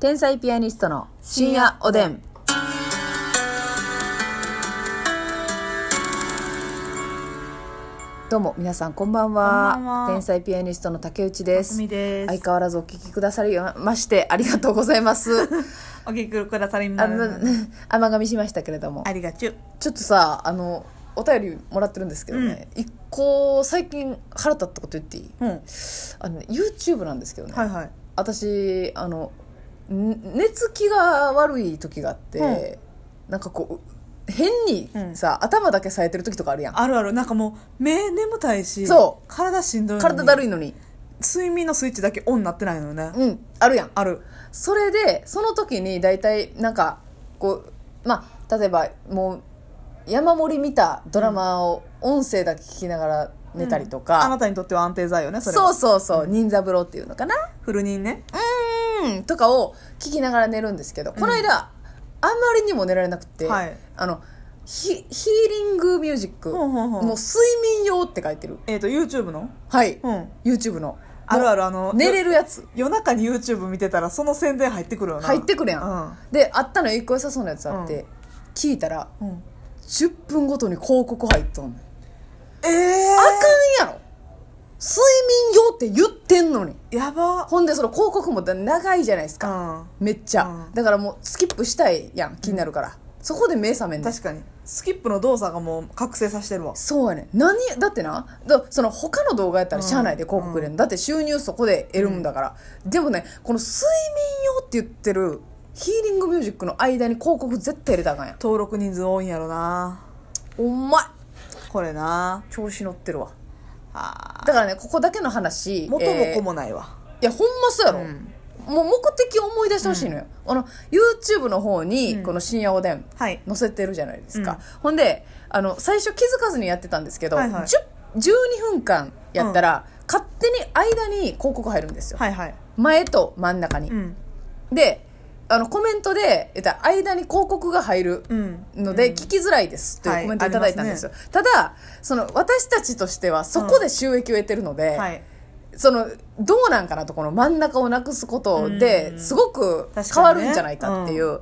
天才ピアニストの深夜おでん。どうも皆さんこんばんはこんばんは天才ピアニストの竹内でますすみです。相変わらずお聞きくださりましてありがとうございます お聞きくださりあなの甘噛みしましたけれどもありがちゅ。ちょっとさあのお便りもらってるんですけどね、一個最近腹立ったこと言っていいうん。はいあの、ね、YouTube なんですけどね、はい。私あのん寝つきが悪い時があって、なんかこう変にさ、頭だけ冴えてる時とかあるやんあるある。なんかもう、目眠たいし、。そう体しんどいのに。体だるいのに睡眠のスイッチだけオンなってないのよね。うんあるやんある。それでその時に大体なんかこうまあ例えばもう山盛り見たドラマを音声だけ聞きながら寝たりとあなか、たにとっては安定剤よね、それは。そうそうそう忍三郎っていうのかなフル人ね。うんとかを聞きながら寝るんですけど、この間あんまりにも寝られなくて、はいあのヒヒーリングミュージック、ほうほうほうもう睡眠用って書いてるえっ、と、YouTube のはい、うん。 YouTube のあるあるる、あの、寝れるやつ夜中に YouTube 見てたら、その宣伝入ってくるよな。入ってくるやん、うんであったの一個良さそうなやつあって、聞いたらうん。 10分ごとに広告入っとんねんええあかんやろ睡眠用って言ってんのにー、やば。ほんでその広告も長いじゃないですか、めっちゃ、うんだからもうスキップしたいやん気になるから、そこで目覚めうんん。ねん確かに。スキップの動作がもう覚醒させてるわ。そうやねん何だってなだその他の動画やったら社内で広告入れる、ん、だって収入そこで得るんだから、でもねこの睡眠用って言ってるヒーリングミュージックの間に広告絶対入れたらあかんやん登録人数多いんやろな。お前これな。調子乗ってるわあだからねここだけの話ー元もえ子ーもないわ。いやほんまそうやろ、うんもう目的を思い出してほしいのよ、あの YouTube の方にこの深夜おでんはい載せてるじゃないですか、うんほんであの最初気づかずにやってたんですけど、はいはい10 12分間やったら、勝手に間に広告入るんですよ、はいはい。前と真ん中に、うん。であのコメントで言ったら間に広告が入るうん。ので聞きづらいですというコメントをいただいたんですよ、ただその私たちとしてはそこで収益を得てるので、はい。そのどうなんかなとこの真ん中をなくすことですごく変わるんじゃないかっていう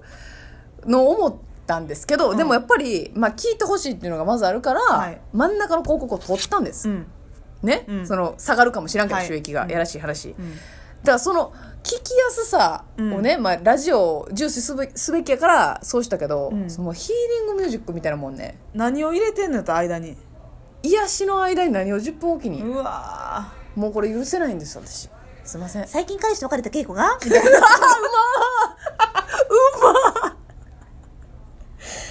のを思ったんですけど、うんでもやっぱり、まあ、聞いてほしいっていうのがまずあるから、はい真ん中の広告を取ったんです、うん。ね、うんその下がるかもしらんけどはい収益が、うんやらしい話、だうん。からその聞きやすさをね、まあ、ラジオを重視すべすべきやからそうしたけど、うんそのヒーリングミュージックみたいなもんね何を入れてんのと間に。癒しの間に何を10分おきに、うわもうこれ許せないんです私すいません最近彼氏と別れた稽古が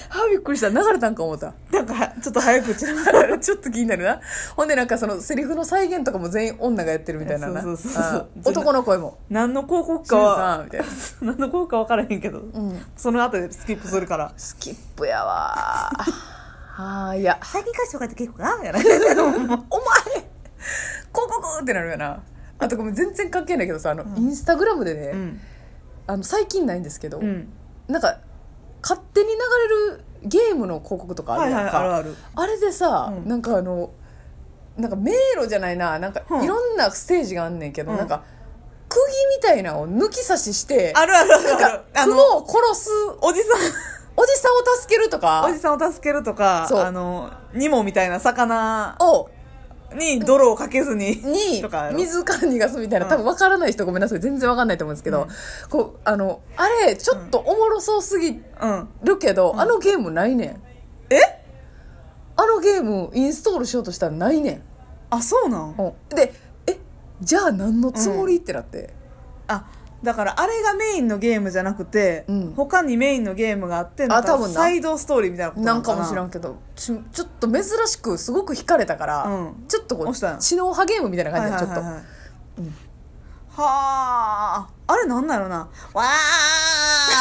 はあびっくりした流れたんか思った なんか、ちょっと早 口 な。ちょっと気になるなほんでなんかそのセリフの再現とかも全員女がやってるみたいななそうそうそうそうあー男の声も何の広「告シかンさは、ん」みたいな 何の広告か分からへんけど、んその後でスキップするから。スキップやわーあーいや最近彼氏と別れた稽古が やな。お前広告ってなるよなあとごめん全然関係ないけどさあの、インスタグラムでね、うん。あの最近ないんですけど、うん。なんか勝手に流れるゲームの広告とかあはるいやはんい、か、あるある。あれでさ、うんなんかあのなんか迷路じゃないななんかうんいろんなステージがあんねんけど、うんなんか釘みたいなのを抜き差ししてあるあるなんあかる。あ蜘の、蛛を殺すおじおじさんを助けるとさん、かおじさんを助けるとか、そうあの、ニモみたいな魚をに泥をかけずに、にとかやろ自ら逃がすみたいな、うん多分分からない人ごめんなさい全然分かんないと思うんですけど、うんこうあのあれちょっとおもろそうすぎうん。るけど、あのゲームないねんえあのゲームインストールしようとしたらないねんあ、そうなんうんでえじゃあ何のつもり、ってなってあだからあれがメインのゲームじゃなくて、うん他にメインのゲームがあってあなん多か分なサイドストーリーみたいなことななんのかかなもしらんけどちちょっと珍しくすごく惹かれたから、うんちょっとこ押したんうや知能派ゲームみたいなは感いじはでいちょっと、はいはいはああれなんだろうなわあ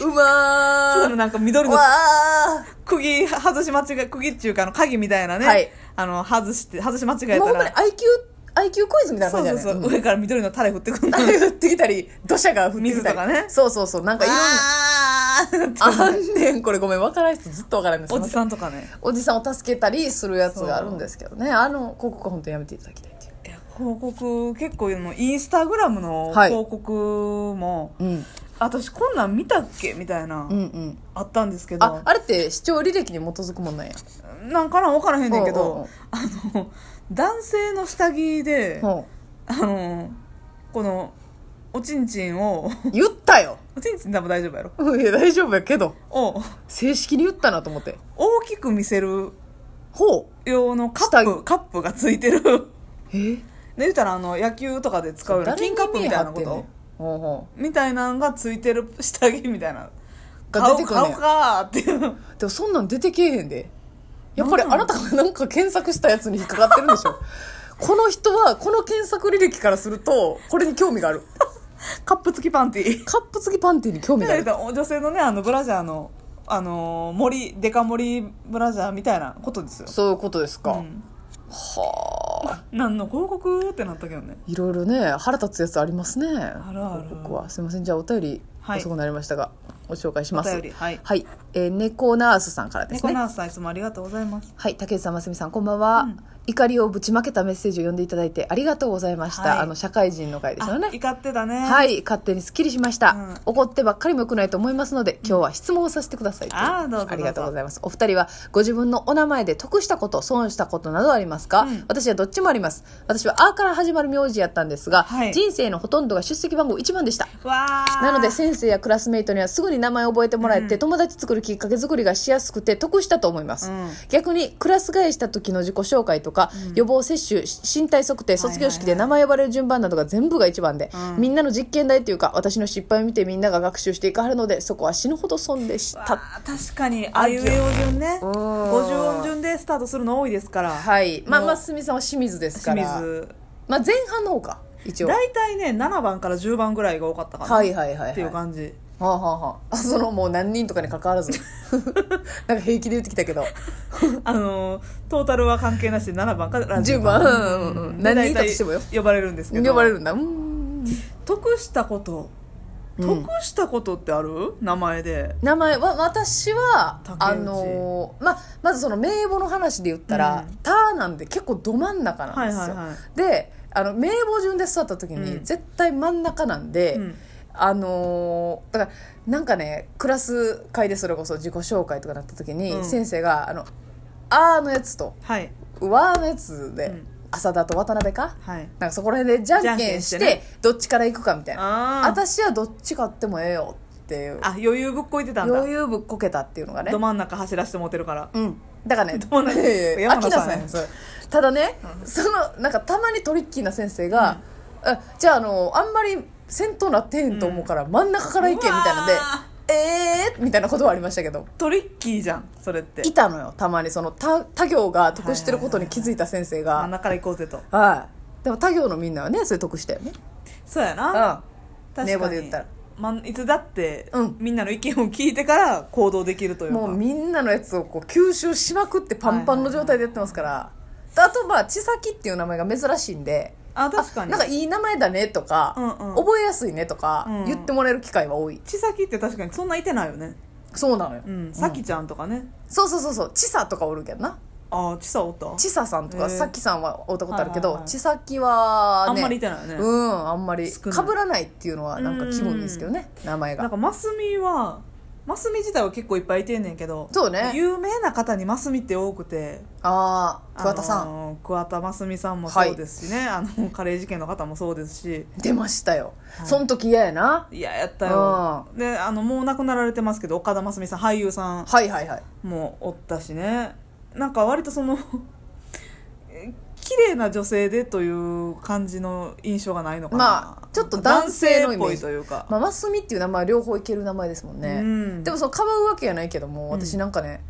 うまそ ーうなんか緑のわあ釘外し間違え釘っていうかあの鍵みたいなね、はいあの外して外し間違えもうたほんまにら IQ, IQ クイズみたいなそ感うじそじうそ、ゃないうん上から緑のタレ振ってくるの雨が降ってきたり土砂が降ってき水たとりかねそうそうそうなん かいろんなあーあんねんこれごめん分からん人ずっと分からんですおじさんとかねおじさんを助けたりするやつがあるんですけどねあの広告は本当にやめていただきたいっていういや広告結構もうインスタグラムのはい広告も、うん私こんなん見たっけみたいな、うんうんあったんですけあどあれって視聴履歴に基づくもんなんやなんかな分からへんねんけどおうおうおうあの男性の下着で、ほあのこのおちんちんを う言ったよおちんちん多分大丈夫やろいや大丈夫やけどを正式に言ったなと思って大きく見せるほう用のカ下ッ着プカップがついてるえで言ったらあの野球とかで使うような金カップみたいなこ誰に見え張とってんねんほうほみたいなのがついてる下着みたいなが買出てうくんねん買うかーっ ていううでもそんなん出てけえへんでやっぱりなあんなんなたがなんか検索したやつに引っかかってるんでしょ この人はこの検索履歴からするとこれに興味があるカップ付きパンティーカップ付きパンティに興味があ る女性のねあのブラジャーのあのー森デカ盛りブラジャーみたいなことですよ、そういうことですか、うん、はあ何の広告ってなったけどねいろいろね腹立つやつありますねるある僕はすいませんじゃあお便りはい遅くなりましたが、ご紹介しおます便りはいはい、えー、猫ナースさんからです猫ねナースさんいつもありがとうございますはい、竹内さん、ますみさん、こんばんは、怒りをぶちまけたメッセージを読んでいただいてありがとうございました。はいあの、社会人の回ですよねあ。怒ってたねいはい、勝手にスッキリしました、うん怒ってばっかりも良くないと思いますので、今日は質問をさせてください。あーどうぞどうぞありがとうございます。お二人はご自分のお名前で得したこと、損したことなどありますか、うん私はどっちもあります。私はあーから始まる名字やったんですが、はい人生のほとんどが出席番号1番でした。わーなので先生やクラスメイトにはすぐに名前を覚えてもらえて、うん友達作るきっかけ作りがしやすくて得したと思います、うん逆にクラス替えした時の自己紹介とか、予防接種し身体測定卒業式で名前呼ばれる順番などが全部が一番で、うんみんなの実験台というか私の失敗を見てみんなが学習していかはるのでそこは死ぬほど損でしわたー確かにあいうえお順ねうん50音順でスタートするの多いですからはいまあもうまあすみさんは清水ですか清ら水まあ、前半の方か一応は大体ね7番から10番ぐらいが多かったかな、いはいはい、はい、っていう感じはあ、はあはあ、あそのもう何人とかに関わらず なんか平気で言ってきたけどあのートータルは関係なしで7番から10番うんうんうんで何人いたと大体してもよ呼ばれるんですけど呼ばれるんだうーん得したことうん得したことってある名前で名前は私は竹内あのーままずその名簿の話で言ったらうん「た、ーなんで結構ど真ん中なんですよ、はいはいはであの名簿順で座った時にうん絶対真ん中なんで、うんあのーだからなんかねクラス会でそれこそ自己紹介とかなった時に、うん先生が「あのあー」のやつとはい「うわ」のやつで、うん浅田と渡辺かはいなんかそこら辺でじゃんけんしてじゃんけんしてどっちから行くかみたいなあー私はどっち買ってもええよっていうあ余裕ぶっこいてたんだ余裕ぶっこけたっていうのがねど真ん中走らせて持てるからうんだからねど真ん中いやいや飽山き野なさんさいよそれただね、そのなんかたまにトリッキーな先生が、あじゃああのあんまり先頭なってへんと思うから、真ん中から行けみたいなのでうわええー、みたいなことはありましたけどトリッキーじゃんそれっていたのよたまにその他他行が得してることに気づいた先生が、真ん中から行こうぜとはいでも他行のみんなはねそれ得したよねそうやうんな確かに名簿で言ったらまんいつだって、うんみんなの意見を聞いてから行動できるというかもうみんなのやつをこう吸収しまくってパンパンの状態でやってますから、あとまあ千崎っていう名前が珍しいんであ確かになんかいい名前だねとか、うんうん覚えやすいねとかうん言ってもらえる機会は多い、ちさきって確かにそんないてないよねそうなのよ、うんさきちゃんとかね、そうそうそうそう千佐とかおるけどなああちさおった千佐さんとへかえさきさんはおったことあるけはいはいどはい千崎は、あね、んまりいてないよねうんあんまり少ないかぶらないっていうのはなんか気分いいですけどね名前なんがかますみはますみ自体は結構いっぱいいてんねんけどそうね有名な方にますみって多くてああ桑田さん、あのー桑田ますみさんもそうですしね、あのカレー事件の方もそうですし出ましたよ、はいそん時嫌やないややったよであのもう亡くなられてますけど岡田真澄さん俳優さんはいはいはいもおったしねなんか割とその え綺麗な女性でという感じの印象がないのかな、まあちょっと男性のイメージ男性っぽいというか、まあ、マスミっていう名前は両方いける名前ですもんね、うんでもそのかばうわけやないけどもん私なんかね、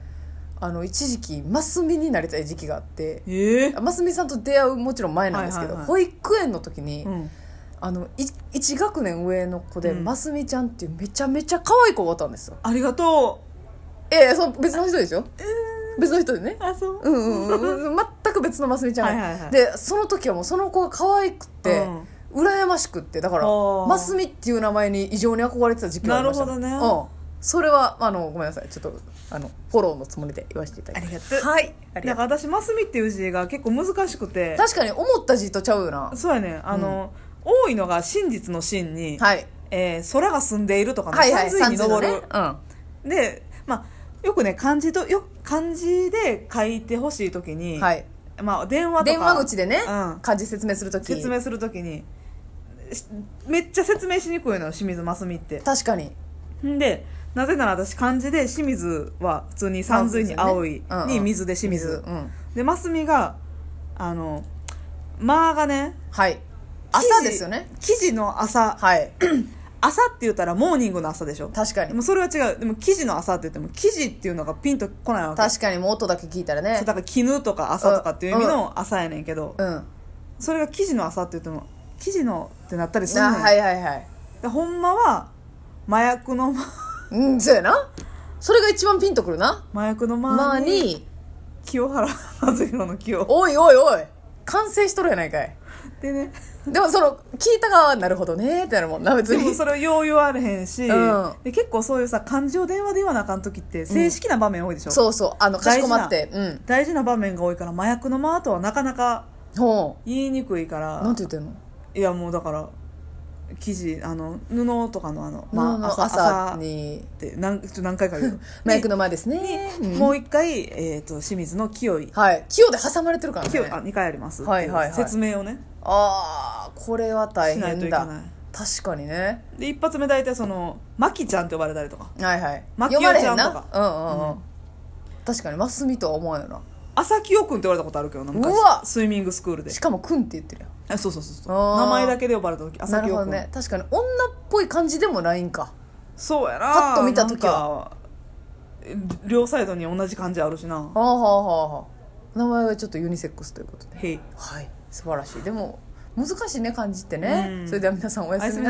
あの一時期マスミになりたい時期があってええあマスミさんと出会うもちろん前なんですけど、はいはいはい保育園の時に、うん、あのい1学年上の子で、うんマスミちゃんっていうめちゃめちゃ可愛い子がおったんですよありがとええその別の人でしょ別の人でねうあそううんうんう ん、全く別のますみちゃん、はいはいはいでその時はもうその子が可愛くて、羨ましくってだからあーますみっていう名前に異常に憧れてた時期がありましたなるほどねうんそれはあのごめんなさいちょっとあのフォローのつもりで言わせていただきますりがとうはいありだがかとうら私「ますみ」っていう字が結構難しくて確かに思った字とちゃうよなそうやねんあの、多いのが真実の真に、はいえー空が澄んでいるとかのはいはい三髄に登る、三髄のねでまあよくね漢字とよ漢字で書いてほしい時うに、んはいまあ、電話とか電話口でね、うん漢字説明するとき説明する時にしめっちゃ説明しにくいのよ清水ますみって確かにんでなぜなら私漢字で清水は普通に三髄に青い、うんうんに水で清水、うんでますみがあの「ま」がねはい記事朝ですよね記事の朝はい朝って言ったらモーニングの朝でしょ確かでにもそれは違うでも記事の朝って言っても記事っていうのがピンとこないわけ確かにもう音だけ聞いたらそねうだから絹とか朝とかっていう意味の朝やねんけど、うんあそれが記事の朝って言っても記事のってなったりするねんはいはいはいでほんまは麻薬のまうんそうやなそれが一番ピンとくるな麻薬のままあにに清原和弘の清おいおいおい完成しとるやないかいでねでもその聞いた側はなるほどねってなるもんな別でもにそれをよう言われへんし、うんで結構そういうさ漢字を電話で言わなあかん時って正式な場面多いでしょ、そうそうあのかしこまってうん大事な場面が多いから麻薬のまとはなかなかほ言いにくいかうならんて言ってんのいやもうだから生地あの布とかのあの、まあまあ、朝朝朝っにて何ちょっと何回 か言うマイクの前ですねにんもう一回、えー、と清水の清いはい清で挟まれてるから清いあね2回あります、はいはいはい説明をねああこれは大しない変といけだない確かにねで一発目大体その「マキちゃん」って呼ばれたりとかはいはいマキオ読ちまゃんれへんなとうかんうんうん確かにマスミとは思わんよな「朝清くん」って言われたことあるけどな昔うわスイミングスクールでしかも「くん」って言ってるやんあそうそうそうそあうー名前だけで呼ばれた時朝な清るほくどん、ね確かに女っぽい感じでもないんかそうやなパッと見た時は両サイドに同じ感じあるしなはあはあはあはあ名前はちょっとユニセックスということでへいはい素晴らしいでも難しいね感じってね、うんそれでは皆さんおやすみなさい